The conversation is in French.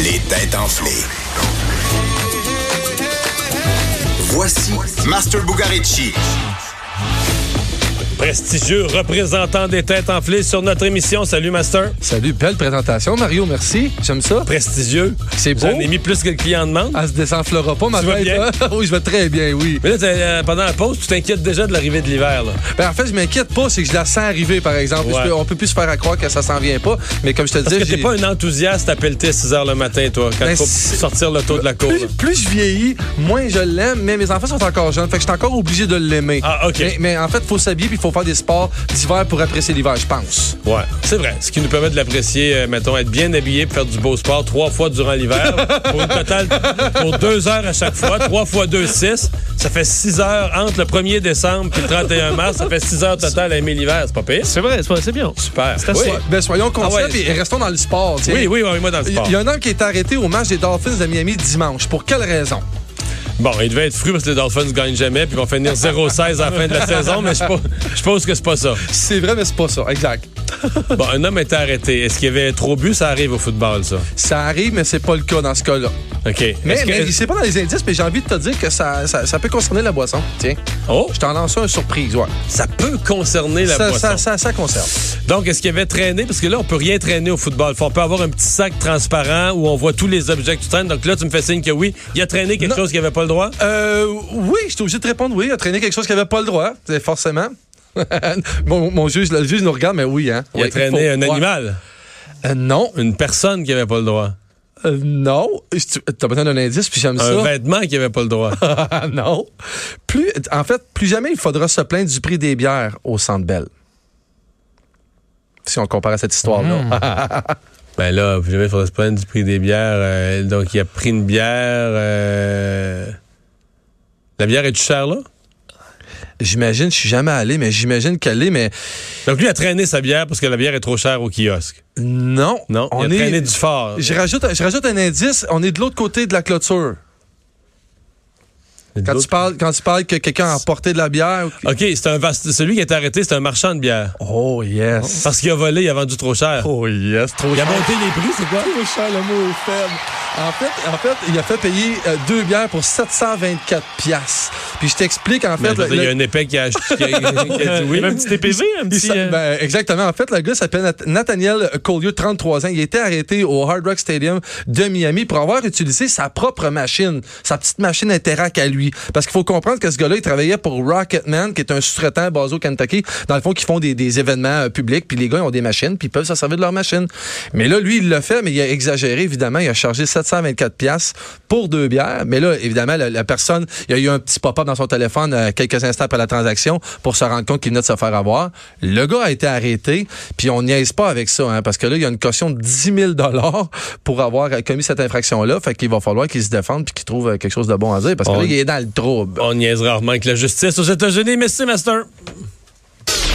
Les têtes enflées. Voici Master Bugarici. Prestigieux représentant des têtes enflées sur notre émission. Salut, Master. Salut, belle présentation, Mario, merci. J'aime ça. Prestigieux. C'est beau. J'en ai mis plus que le client demande. Elle se désenflera pas, ma Tu vas tête. bien? hein? oui, je vais très bien, oui. Mais là, t'as- euh, pendant la pause, tu t'inquiètes déjà de l'arrivée de l'hiver. là. Ben, en fait, je m'inquiète pas, c'est que je la sens arriver, par exemple. Ouais. Je peux- on peut plus se faire à croire que ça s'en vient pas. Mais comme je te le Parce que disais, t'es j'ai- pas un enthousiaste à pelleter 6 h le matin, toi, quand Ben, il faut c'est- sortir le taux de la cour. plus, plus je vieillis, moins je l'aime, mais mes enfants sont encore jeunes. Fait que je suis encore obligé de l'aimer. Ah, OK. Mais, mais en fait, faut s'habiller puis il faut faire des sports d'hiver pour apprécier l'hiver, je pense. Ouais, c'est vrai. Ce qui nous permet de l'apprécier, euh, mettons, être bien habillé pour faire du beau sport trois fois durant l'hiver, pour une totale pour deux heures à chaque fois, trois fois deux, six. Ça fait six heures entre le 1er décembre et le 31 mars. Ça fait six heures total à aimer l'hiver. C'est pas pire. C'est vrai, c'est pas- c'est bien. Super. C'est assez- Oui. Ben, soyons conscients Ah ouais. puis restons dans le sport. tu sais. Oui, oui, oui, moi dans le Il sport. y a un homme qui est arrêté au match des Dolphins de Miami dimanche. Pour quelle raison? Bon, il devait être fru parce que les Dolphins ne gagnent jamais puis ils vont finir 0-16 à la fin de la saison, mais je suppose- je suppose que c'est pas ça. C'est vrai, mais c'est pas ça. Exact. Bon, un homme était arrêté. Est-ce qu'il y avait trop bu? Ça arrive au football, ça. Ça arrive, mais c'est pas le cas dans ce cas-là. OK. Mais, Est-ce que- mais c'est pas dans les indices, mais j'ai envie de te dire que ça, ça, ça peut concerner la boisson. Tiens, Oh, je t'en lance un surprise, ouais. ça peut concerner la ça, boisson. ça, ça, ça concerne. Donc, est-ce qu'il y avait traîné? Parce que là, on peut rien traîner au football. Faut- on peut avoir un petit sac transparent où on voit tous les objets que tu traînes. Donc là, tu me fais signe que oui. Il y a traîné quelque Non. chose qu'il avait pas le droit? Euh, oui, j'étais obligé de répondre oui, à traîner quelque chose qui avait pas le droit, c'est forcément. mon, mon juge, le juge nous regarde, mais oui, hein. Il a Oui, traîné faut- un ouais. animal. Euh, non, Une personne qui avait pas le droit. euh, non. Si tu- T'as besoin d'un indice, puis j'aime Un ça. vêtement qui avait pas le droit. Ah, non. Plus, en fait, plus jamais il faudra se plaindre du prix des bières au Centre Bell. Si on le compare à cette Mm-hmm. histoire-là. Ben là, plus jamais il faudrait se plaindre du prix des bières. euh, donc, il a pris une bière. euh, La bière est-tu chère, là? J'imagine, je suis jamais allé, mais j'imagine qu'elle est, mais Donc, lui a traîné sa bière parce que la bière est trop chère au kiosque. non. Non, on il a est. traîné du fort. Je rajoute, je rajoute un indice, on est de l'autre côté de la clôture. Quand tu parles, quand tu parles que quelqu'un a emporté de la bière. ou- OK, c'est un vaste... celui qui est arrêté, c'est un marchand de bière. Oh yes. Parce qu'il a volé, il a vendu trop cher. Oh yes, trop Il a cher. monté les prix, c'est quoi? Trop cher, le mot est faible. En fait, en fait, il a fait payer euh, deux bières pour 724 piastres. Puis je t'explique en Mais fait. Ben, je veux le- dire, Il y a le- un épais qui a, qui a- qui a dit oui. Il y avait un petit TPV, un il petit. s'a- euh, ben, exactement. En fait, le gars s'appelle Nath- Nathaniel Collier, 33 ans. Il a été arrêté au Hard Rock Stadium de Miami pour avoir utilisé sa propre machine, sa petite machine Interac à lui. Parce qu'il faut comprendre que ce gars-là, il travaillait pour Rocketman, qui est un sous-traitant basé au Kentucky, dans le fond, qui font des, des événements euh, publics, puis les gars, ils ont des machines, puis ils peuvent se servir de leur machine. Mais là, lui, il l'a fait, mais il a exagéré, évidemment. Il a chargé 724 pièces pour deux bières. Mais là, évidemment, la, la personne, il y a eu un petit pop-up dans son téléphone euh, quelques instants après la transaction pour se rendre compte qu'il venait de se faire avoir. Le gars a été arrêté, puis on niaise pas avec ça, hein, parce que là, il y a une caution de 10 000 pour avoir euh, commis cette infraction-là. Fait qu'il va falloir qu'il se défende puis qu'il trouve euh, quelque chose de bon à dire, parce que On- là, il est dans le trouble. On niaise rarement avec la justice aux États-Unis. Merci, Master.